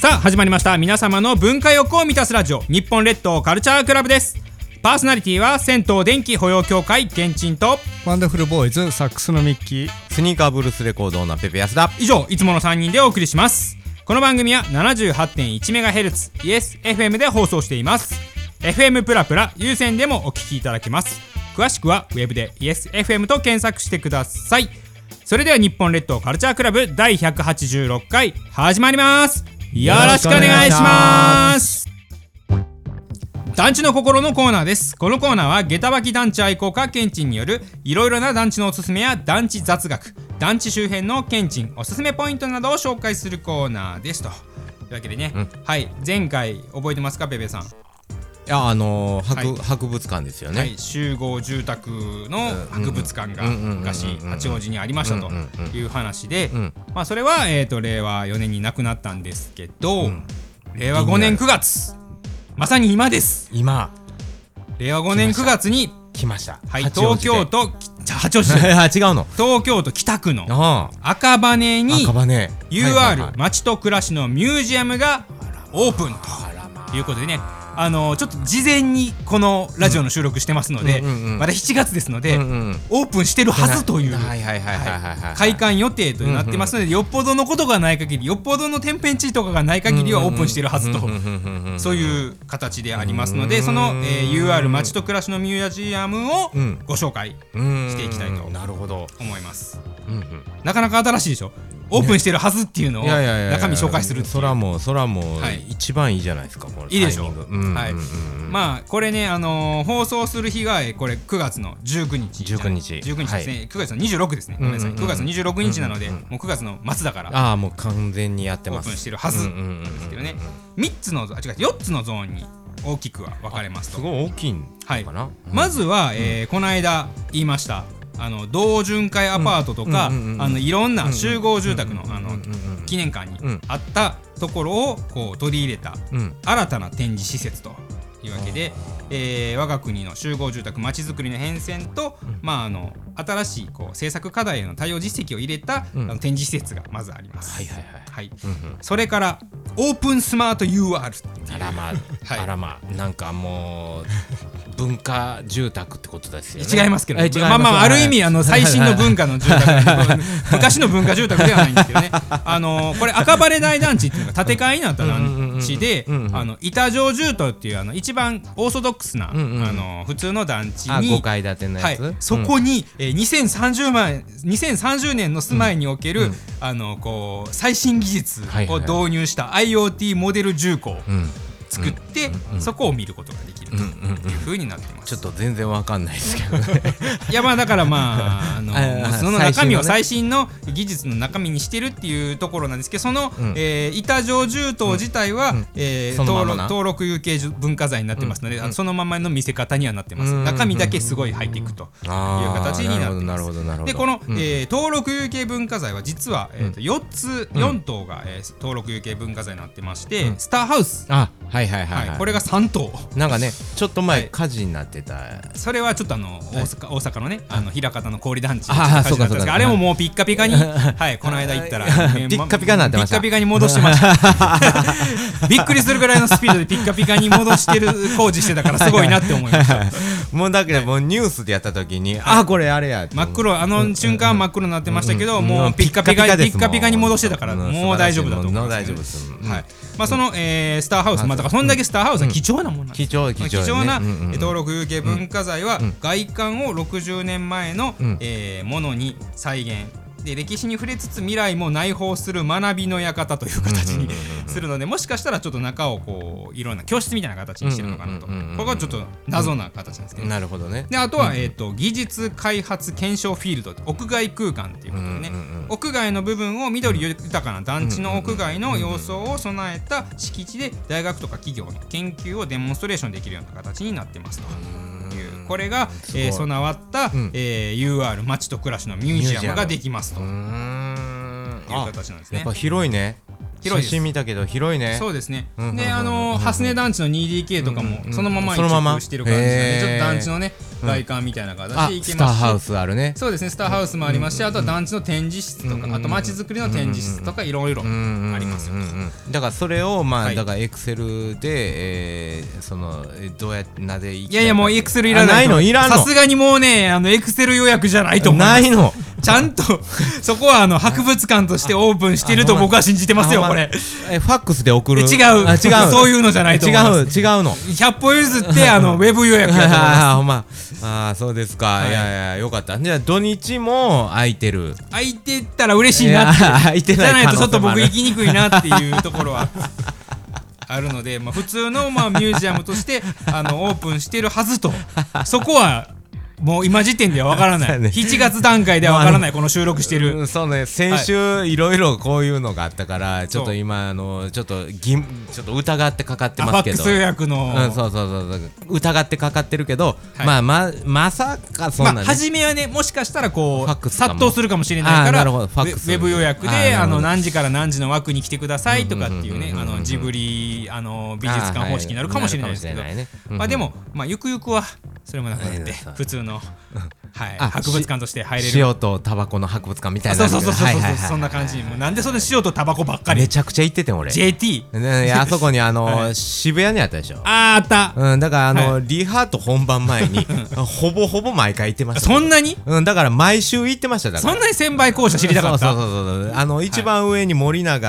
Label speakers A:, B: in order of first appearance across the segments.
A: さあ始まりました皆様の文化欲を満たすラジオ日本列島カルチャークラブですパーソナリティは銭湯電気保養協会けんちんと
B: ワンダフルボーイズサックスのミッキー
C: スニーカーブルースレコードのペペヤスだ
A: 以上いつもの3人でお送りしますこの番組は 78.1MHz イエス FM で放送しています FM プラプラ有線でもお聞きいただけます詳しくはウェブでイエス FM と検索してくださいそれでは日本列島カルチャークラブ第186回始まりますよろしくお願いします団地の心のコーナーですこのコーナーは下駄履き団地愛好家ケンチンによるいろいろな団地のおすすめや団地雑学団地周辺のケンチンおすすめポイントなどを紹介するコーナーですというわけでね、はい前回覚えてますかベベさん、
C: いやあのー博
A: はい
C: 博物館ですよね、
A: はい、集合住宅の博物館が
C: うんうんうんうん
A: 昔八王子にありましたという話で、
C: ん
A: まあ、それは、えー、と令和4年に亡くなったんですけど、令和5年9月まさに今です
C: 今
A: 令和5年9月に
C: 来ました
A: はい、
C: 八王
A: 東
C: 子
A: 京
C: で
A: 都き ちゃ八王子じゃない
C: あ違うの
A: 東京都北区の
C: あ
A: 赤羽
C: あ
A: に
C: 赤羽ね
A: UR 町と暮らしのミュージアムがオープンということでねあのちょっと事前にこのラジオの収録してますので、
C: うんうんうん
A: まだ7月ですので、
C: うんうん
A: オープンしてるはずという。
C: はいはいはいはいはいはいはい
A: 開館予定となってますので、よっぽどのことがない限りよっぽどの天変地異とかがない限りはオープンしてるはずと、
C: うんうんうん
A: そういう形でありますので、その、えー UR 町と暮らしのミュージアムを
C: うん
A: ご紹介
C: うん
A: していきたいと
C: なるほど
A: 思います、
C: うんうん
A: なかなか新しいでしょオープンしてるはずっていうのを
C: いやいやいや
A: 中身紹介するっていう
C: そらもうそらもう
A: はい
C: 一番いいじゃないですかこれ
A: いいでしょ
C: タイミングうん
A: はい
C: うんうんうん
A: まあこれね、あのー放送する日がえーこれ9月の19日
C: 19日
A: 19日ですね、
C: は
A: 9月の26ですねごめんなさい
C: うんうんう
A: 9
C: ん
A: 月の26日なので、
C: うんうん
A: もう9月の末だから
C: ああもう完全にやって
A: オ
C: ま
A: ー
C: す
A: プンしてるはず
C: うんうんうんうん
A: ですけどね、3つのゾーンあ違う4つのゾーンに大きくは分かれます
C: す
A: と
C: ごい大きいのかなうん
A: まずは、えーこの間言いましたあの同潤会アパートとか、
C: うんうんうんうん
A: あのいろんな集合住宅の,、あの
C: うんうんうん
A: 記念館に
C: うん
A: あったところをこう取り入れた
C: うん
A: 新たな展示施設というわけで、えー我が国の集合住宅まちづくりの変遷と、まあ、あの新しいこう政策課題への対応実績を入れた、
C: うん
A: あの展示施設がまずあります。
C: はいはいはい
A: はい
C: うんうん
A: それからオープンスマート UR ってい
C: あ
A: う
C: らま、
A: はい
C: あらま、なんかもう文化住宅ってことですよね。
A: 違いますけど、
C: え違い
A: まあまあある意味あの最新の
C: 化
A: 文化の住宅昔の文化住宅ではないんですけどねあのこれ赤羽台団地っていうのが建て替えになった団地で
C: うんうんうんうんうん
A: あの板状住棟っていうあの一番オーソドックスな、
C: んうん
A: あの普通の団地
C: あ、
A: に
C: 五階建ての
A: は
C: や
A: い
C: つ。、
A: そこに、えー、2030万2030年の住まいにおける、あのこう最新技術
C: はい
A: を
C: はいはい
A: 導入した IoT モデル住戸を
C: うん。うん
A: 作って、そこを見ることができるというふうになっています。
C: ちょっと全然わかんないですけどね。
A: いやまあだから まああの
C: はいはい
A: その中身を最
C: 最
A: 新の技術の中身にしてるっていうところなんですけどその、
C: ん
A: えー板状銃刀自体は、えー
C: そのま
A: 登
C: ま
A: 録
C: な
A: 登録有形文化財になってますので、あのそのままの見せ方にはなってます、
C: うん
A: 中身だけすごい入っていくという
C: あー
A: 形になって
C: な
A: ま
C: るほ
A: す
C: どなるほどなるほど
A: でこの、
C: うん
A: えー登録有形文化財は実は、えー、と4つ4棟が、えー登録有形文化財になってまして、スターハウス、
C: あ、はいはいはい
A: は、
C: はいい。
A: これが3棟。
C: なんかね、ちょっと前、
A: はい
C: 火事になっ てた。
A: それはちょっとあの大阪,、大阪のねあの平方の氷団地
C: あー
A: ちょっと火事
C: そう
A: だ
C: か
A: ったんです
C: そ
A: が
C: うか
A: あれももうピッカピカに、はい、この間行ったら、ね
C: ピッカピカになってました
A: ピッカピカに戻してました びっくりするぐらいのスピードでピッカピカに戻してる工事してたからすごいなって思いました
C: もうだけど、もうニュースでやった時に、あ、これあれやって。
A: 真っ黒あの瞬間は真っ黒になってましたけど、
C: うん
A: もうピッカピカ
C: で
A: ピ
C: すも
A: ッ
C: ん
A: カピカに戻してたから、
C: うん
A: もう大丈夫だと思い
C: もう
A: ます
C: 大
A: け
C: 丈
A: どね、
C: 夫です。うん
A: はいまあ、その、えースターハウスまあだからそんだけスターハウスは貴重なもんなんです
C: 貴重貴重ね
A: な、
C: うんうんうん
A: えー登録有形文化財は、外観を60年前の、
C: ん
A: えーものに再現で歴史に触れつつ未来も内包する学びの館という形にするのでもしかしたらちょっと中をこういろんな教室みたいな形にしてるのかなと
C: う
A: こ
C: んうんうんうんうん
A: れがちょっと謎な形なんですけど、
C: なるほどね。
A: であとは、えー、と技術開発検証フィールド屋外空間っていうことでね、
C: うんうんうん
A: 屋外の部分を緑豊かな団地の屋外の様相を備えた敷地で大学とか企業の研究をデモンストレーションできるような形になってますというこれが、
C: ごい
A: えー備わった、
C: ん
A: えー UR 町と暮らしのミュージアムができますと
C: うー。
A: いうん
C: あ
A: 形なんです
C: やっ
A: ね
C: ぱ。広いね。
A: 広いです
C: 写真見たけど広いね。
A: そうですね、
C: うんうんうん
A: であのー、蓮根団地の 2DK とかも
C: うんうん
A: そのまま
C: そのまま
A: 移築してる感じなんで、
C: へー
A: ちょっと団地のね外観みたいな形
C: あ
A: で行け
C: スター
A: ますし、
C: ハウスあるね
A: そうですねスターハウスもありますしあとは団地の展示室とかあと街づくりの展示室とかいろいろありますよ
C: うんうんうんだからそれをまあ、
A: はい
C: だからエクセルで、えー、そのえーどうやってなぜい
A: いやいやもうエクセルいら
C: な
A: ない
C: いのいらんの
A: さすがにもうねあのエクセル予約じゃないと思いま
C: な
A: す
C: いの
A: ちゃ んとそこはあの博物館としてオープンしていると僕は信じてますよ
C: あ
A: これ
C: えファックスで送る
A: え違う
C: あ違 う
A: そういうのじゃないと思います
C: 違う違うの
A: 100歩譲ってあ のウェブ予約やと思います
C: ああーほんまあーそうですか、
A: はい
C: い、やいやよかったじゃあ土日も空いてる
A: 空いてたら嬉しいなって
C: いや空いて
A: じ
C: ない
A: ゃないとちょっと
C: 可能性もあ
A: 僕
C: る
A: 行きにくいなっていうところは あるので、まあ、普通のまあミュージアムとしてあのオープンしてるはずとそこはもう今時点ではわからな
C: そ
A: いう
C: やね
A: 7月段階ではわからないこの収録して
C: う
A: る
C: ん、そうね先週いろいろこういうのがあったから、ちょっ
A: そ
C: と
A: う
C: 今あのちょっと疑ちょっと疑ってかかって
A: あフ
C: ま
A: ァッ
C: すけ
A: ク
C: ど
A: ス予約の、
C: うん、そうそうそうそう疑ってかかってるけど、
A: はい
C: まあままさかそんな、ね
A: まあ、初めはねもしかしたらこ
C: ファッ
A: う
C: クスとか
A: 殺
C: も
A: 到するかもしれないか
C: あーな
A: ら
C: る
A: ウ
C: ほ
A: ェ
C: どファックス
A: ウェブ予約
C: あーなる
A: で
C: ほど
A: あの何時から何時の枠に来てくださいとかっていうね
C: うんうん
A: あ
C: うんうん
A: のジブリあの美術
C: あーは
A: 館
C: い
A: 方式になるかもしれないですけど
C: なるかもしれないねうんうん
A: まあでも、まあ、ゆくゆくはそれもなくなっ
C: うん
A: て
C: そう
A: 普通の、はい、
C: あ
A: 博物館として入れる。
C: 塩とタバコの博物館みたい
A: そ
C: な
A: うそうそうそう
C: はい
A: そう
C: はいはい
A: そんな感じもうなんでそれ塩とタバコばっか
C: め
A: り
C: ちゃくちゃ行っててん俺、
A: JT
C: ねいやあそこにあの、渋谷にあったでしょ
A: あーあった、
C: うん、だからあの、リハと本番前にほぼほぼ毎回行ってました
A: そんなに
C: うん、だから毎週行ってましただから
A: そんなに専売校舎知りたかった
C: そうそうそうそうあの一番上に森永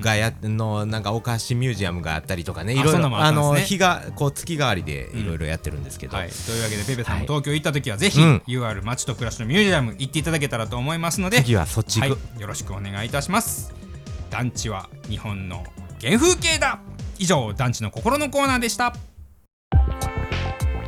C: がや、のなんかお菓子ミュージアムがあったりとかねいろ
A: そんな
C: いろ
A: のもあ
C: あ
A: ったんですね
C: の日がこう月替わりでいろいろやってるんですけど、
A: はい、というわけでペペさんも
C: はい
A: 東京行った時はぜひ、
C: うん
A: UR 町と暮らしのミュージアム行っていただけたらと思いますので
C: 次はそっち行く、
A: はい、よろしくお願いいたします団地は日本の原風景だ以上団地の心のコーナーでした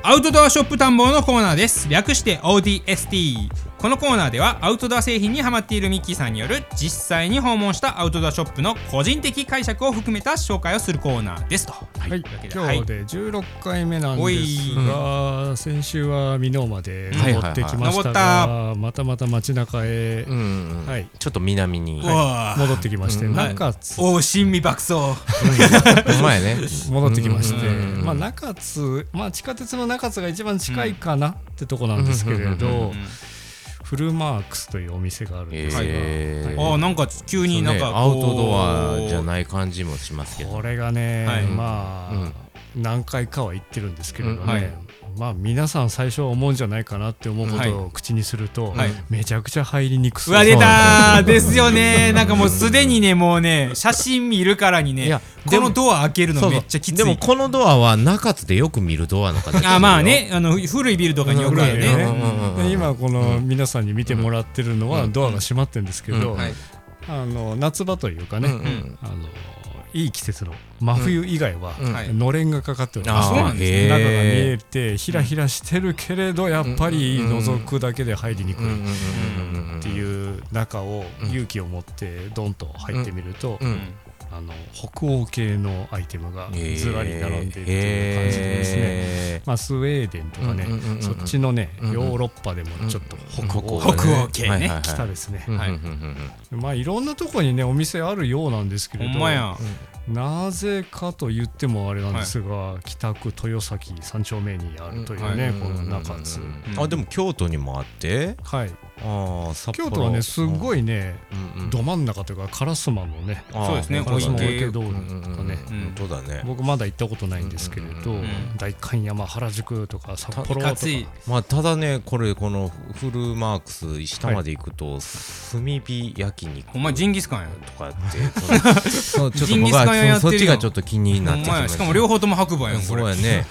A: アウトドアショップ探訪のコーナーです略して ODST このコーナーではアウトドア製品にハマっているミッキーさんによる実際に訪問したアウトドアショップの個人的解釈を含めた紹介をするコーナーですと、
B: はい、
A: というわけで
B: 今日で16回目なんですが、先週は箕面まで登ってきました
A: うんはいは
B: がまたまた街中へ
C: うんうん
B: はい
C: ちょっと南に
A: うわー
B: 戻ってきまして、中津
A: おう新味爆走
C: お 前ね
B: 戻ってきまして、
C: うんうんうん
B: まあ、中津、まあ、地下鉄の中津が一番近いかなってとこなんですけれど、
C: うん
B: フルマークスというお店があるんですが、
C: えー
A: ああなんか急になんか
C: そうねアウトドアじゃ
A: い
C: ない感じもしますけど
B: これがね、
A: はい
B: まあ、
C: うん
B: 何回かは行ってるんですけれどね、
C: うん
A: はい
B: まあ皆さん最初は思うんじゃないかなって思うこ
A: はい
B: とを口にすると、
A: はい
B: めちゃくちゃ入りにくそう
A: うわ出たーですよねなんかもうすでにねもうね写真見るからに
C: い
A: ね
C: や
A: こ
C: でも
A: のドア開ける
C: そ
A: の
C: うそ
A: め
C: う
A: っちゃきつい
C: でもこのドアは中津でよく見るドアの形ですよ
A: あまあねあの古いビルとかによくある
B: うん
A: ね
B: うん
C: うんうんうん
B: で今この皆さんに見てもらってるのはドアが閉まってるんですけど、
C: うん
A: はい
B: あの夏場というかね、
C: うんうん
B: あのいい季節の真冬以外は、
A: はい
B: のれんがかかってるんです
A: あそうなんですね
C: へー
B: 中が見えてひらひらしてるけれどやっぱり覗くだけで入りにく
C: うんうん
B: い
C: うんうんうん
B: っていう中を勇気を持ってドンと入ってみると、
C: うん
B: あの北欧系のアイテムがずらり並んでいるという感じでですね、
C: へ
B: まあ、スウェーデンとかね、
C: うんうんうんうん
B: そっちのね
C: うんうん
B: ヨーロッパでもちょっと
C: ー
B: 北欧
A: 北欧系ね
C: はいはいはい
B: 来たですね、
C: うんうんうんうん
B: まあいろんなとこにねお店あるようなんですけ
A: ほ
B: れ
A: ん
B: ど
A: まや
B: なぜかと言ってもあれなんですが、北区豊崎三丁目にあるというね、
C: うん
B: この中津、
A: うん
C: あでも京都にもあって
B: はい
C: ああ札幌
B: 京都はねすご
C: い
B: いね、
C: うんうん
B: ど真ん中というか烏丸のね
A: そうですね
C: あー
A: こういう
B: 烏
A: 系
B: 丸大
A: 系
B: 池通りとかね、
A: うん
C: 本当だね
B: 僕まだ行ったことないんですけれど、
C: うんうん
A: うん
B: 代官山原宿とか札幌と
A: か
B: か
A: つい
C: まあただねこれこのフルマークス下まで行くと炭火焼肉
A: ほんまジンギスカンや
C: とか ってそのそうちょっと
A: ジンギス
C: 僕
A: カン屋や
C: は
A: って
C: そ
A: る
C: そ
A: よ
C: っちがちょっと気にな
A: ほ
C: っ
A: ん
C: てき
A: ま
C: ま
A: や
C: し
A: したかも両方とも白馬やんこ
C: そう
A: れ
C: やね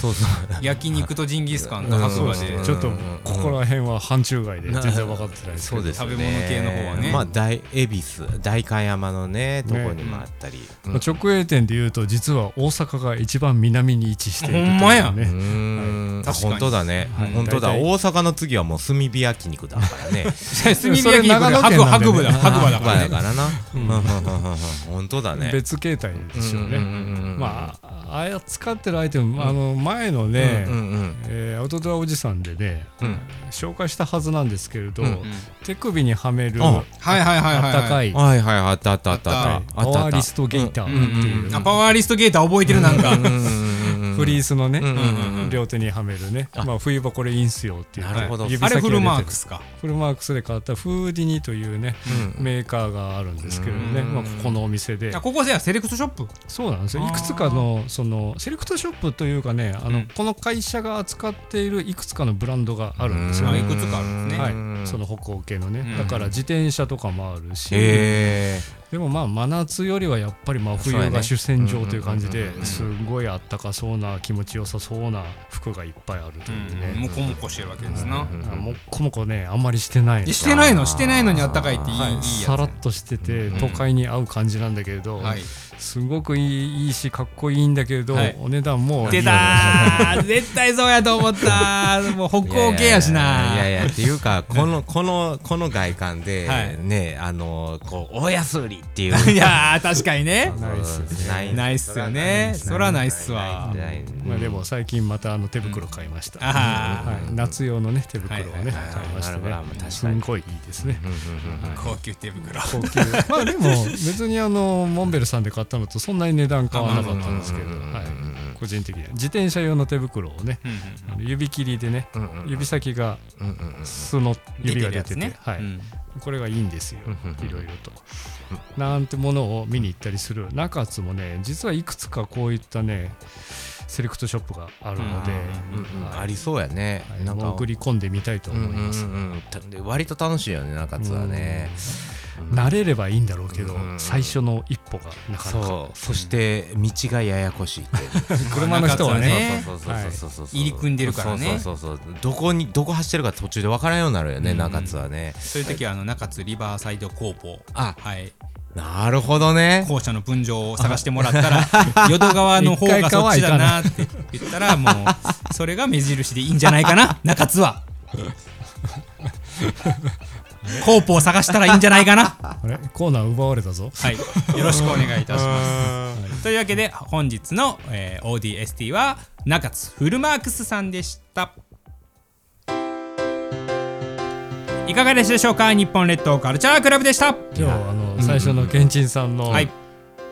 C: そうそう
A: 焼肉とジンギスカンと白
B: そう
A: 馬
B: です
A: で
B: ねちょっとここら辺は範疇外で全然分かってないです
C: そ
B: けど
C: うですよね
A: 食べ物系の方はね
C: まあ大恵比寿代官山のねとこにもあったり、うん
B: まあ直営店でいうと実は大阪が一番南に位置しているという
A: ほんまや
C: う
B: ね
C: ーん
A: 確かに
C: 本当だね、
B: はい
C: 本当だ
B: 大体
C: 大阪の次はもう炭火焼肉だから ね
A: 炭火焼肉で
B: それ長野
A: 白
B: 県なんでね
A: 白馬だ白馬だから
C: 白馬だからな本当だね
B: 別形態ですよね
C: うんうんうんうん
B: まあああや使ってるアイテム、あの前のね、
C: うんうん
B: えー、アウトドアおじさんでね、
C: うん
B: 紹介したはずなんですけれど、
C: うん
A: うん
B: 手首にはめる
C: あ
B: あ
A: はいはいはいはい、はい、
B: ったかい、
C: はいはいあったあったあった
A: あ
C: あ
B: は
C: っ
B: い
C: た
B: パワーリストゲーターっていう、
A: あパワーリストゲーター覚えてるなんか、
C: フ
B: フリ
C: ー
B: ースのね、
C: うんうんうん
B: 両手にはめるねまあ、冬場これいいんすよっていう、
C: なるほど
B: 指
A: あれフ
B: 先が出て
A: ル
B: る
A: マークスか
B: フルマークスで買ったフーディニというね、
C: うん
B: メーカーがあるんですけどね、
C: うん
B: まあ、ここのお店で
A: あここじゃあセレクトショップ
B: そうなんですよ
A: あー
B: いくつかのそのセレクトショップというかねあの、
A: うん
B: この会社が扱っているいくつかのブランドがあるんですよ
A: うん
B: ね、
A: いくつかあるんですね
B: はい、その歩行系のね、
A: うん
B: だから自転車とかもあるし、
C: へえ
B: でもまあ真夏よりはやっぱり真冬
C: そうやね
B: が主戦場という感じ
C: うんうん
B: で
C: うんうん
B: すごいあったかそうな気持ちよさそうな服がいっぱいあるというね、
A: もこもこしてるわけですな
C: うん
B: あもっこもこねあんまりしてない
A: えしてないのしてないのにあったかいっていい,、、
B: はい
A: い
B: い、
A: やつ
B: さらっとしてて
C: うん
B: 都会に合う感じなんだけれど、
A: はい
B: すごくいいいいしかっこいいんだけれど、
A: はい
B: お値段も
A: 出たー絶対そうやと思ったーもう北欧系やしない
C: やいやっていうかこのこのこの外観で
A: はい
C: ねあのこう大安売りっていう
A: いやー確かにね
B: ないっす
C: ない
A: ないっすよねそらないっすわ
C: ないない
B: まあ、でも最近またあの手袋買いました、
A: あー
B: はい、夏用のね手袋を
A: はいはい
B: ね買いました
C: なるほど確か
B: ね
C: に
B: すんごいいいですね
C: うんうんうん
A: 高級手袋
B: 高級まあでも別にあのモンベルさんで買ったのとそんなに値段変わらなかったんですけど、はい、個人的には自転車用の手袋をね
A: うん
B: あの指切りでね
C: うんうん
B: 指先が
C: うんうんうん
B: 素の指が出てて
A: ね
B: はい
A: うん
B: これがいいんですよ
C: うんうんうん
B: いろいろと。なんてものを見に行ったりする中津もね実はいくつかこういったねセレクトショップがあるので、
C: うんうん
B: はい
C: ありそうやね
B: はい
C: なんか
B: 潜り込んでみたいと
C: うんう
B: 思い
C: ん
B: ます。
C: うんたで割と楽しいよね中津はね
B: 慣れればいいんだろうけど、
C: うん
B: 最初の一歩がなかなか
C: そうそして道がややこしいっていう
B: 車の人はね
C: そうそうそうそうそうそうそう
A: 入り組んでるからね
C: そうそうそうそうどこにどこ走ってるか途中で分からんようになるよね、中津はね
A: そういう時はあの中津リバーサイド工房
C: あ
A: はい
C: なるほどね
A: 校舎の分譲を探してもらった ら淀川の方がそっちだなって言った らもうそれが目印でいいんじゃないかな中津 はコープを探したらいいんじゃないかな
B: あれコーナー奪われたぞ。
A: はいよろしくお願いいたしますというわけで本日の、えー ODST は中津フルマークスさんでしたいかがでしたでしょうか日本列島カルチャークラブでした
B: 今日あの最初のけんちんさんの
A: はい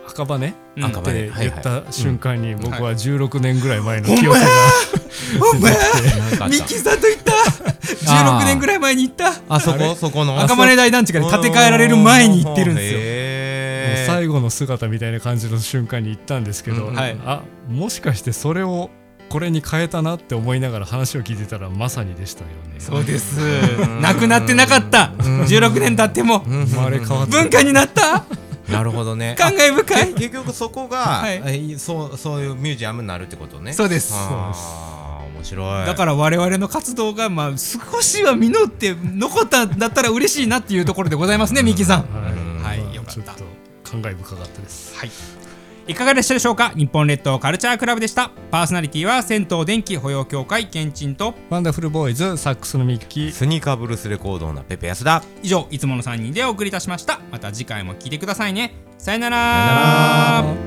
B: 墓場ね
A: うん
B: っ
C: 墓場ね
B: て
C: はい
B: 言
C: はい
B: った瞬間に僕
A: は
B: は16年ぐらい前の記憶が
A: お前
C: なんかあっ
A: ミ
C: た
A: キさんと行った
C: あー
A: 16年ぐらい前に行った
C: あそこそこの
A: 赤羽大団地から建て替えられる前に行ってるんですよ
C: へー
B: 最後の姿みたいな感じの瞬間に行ったんですけど、
C: うん
A: はい
B: あもしかしてそれをこれに変えたなって思いながら話を聞いてたらまさにでしたよね。
A: そうですなくなってなかった16年経っても
B: 生まれ変わって
A: 文化になった
C: なるほど ね
A: 感慨深 い
C: 結局そこが、
A: はい
C: えそうそういうミュージアムになるってことね
A: そうです
C: あー面白い
A: だから我々の活動がまあ少しは実って残ったんだったら嬉しいなっていうところでございますねミキさんはい
B: まあ
A: よかった
B: ちょっと感慨深かったです。
A: はいいかがでしたでしょうか日本列島カルチャークラブでしたパーソナリティは銭湯電気保養協会けんちんと
B: ワンダフルボーイズサックスのミッキー
C: スニーカーブルースレコードなペペ安田
A: 以上いつもの3人でお送りいたしましたまた次回も聞いてくださいねさよなら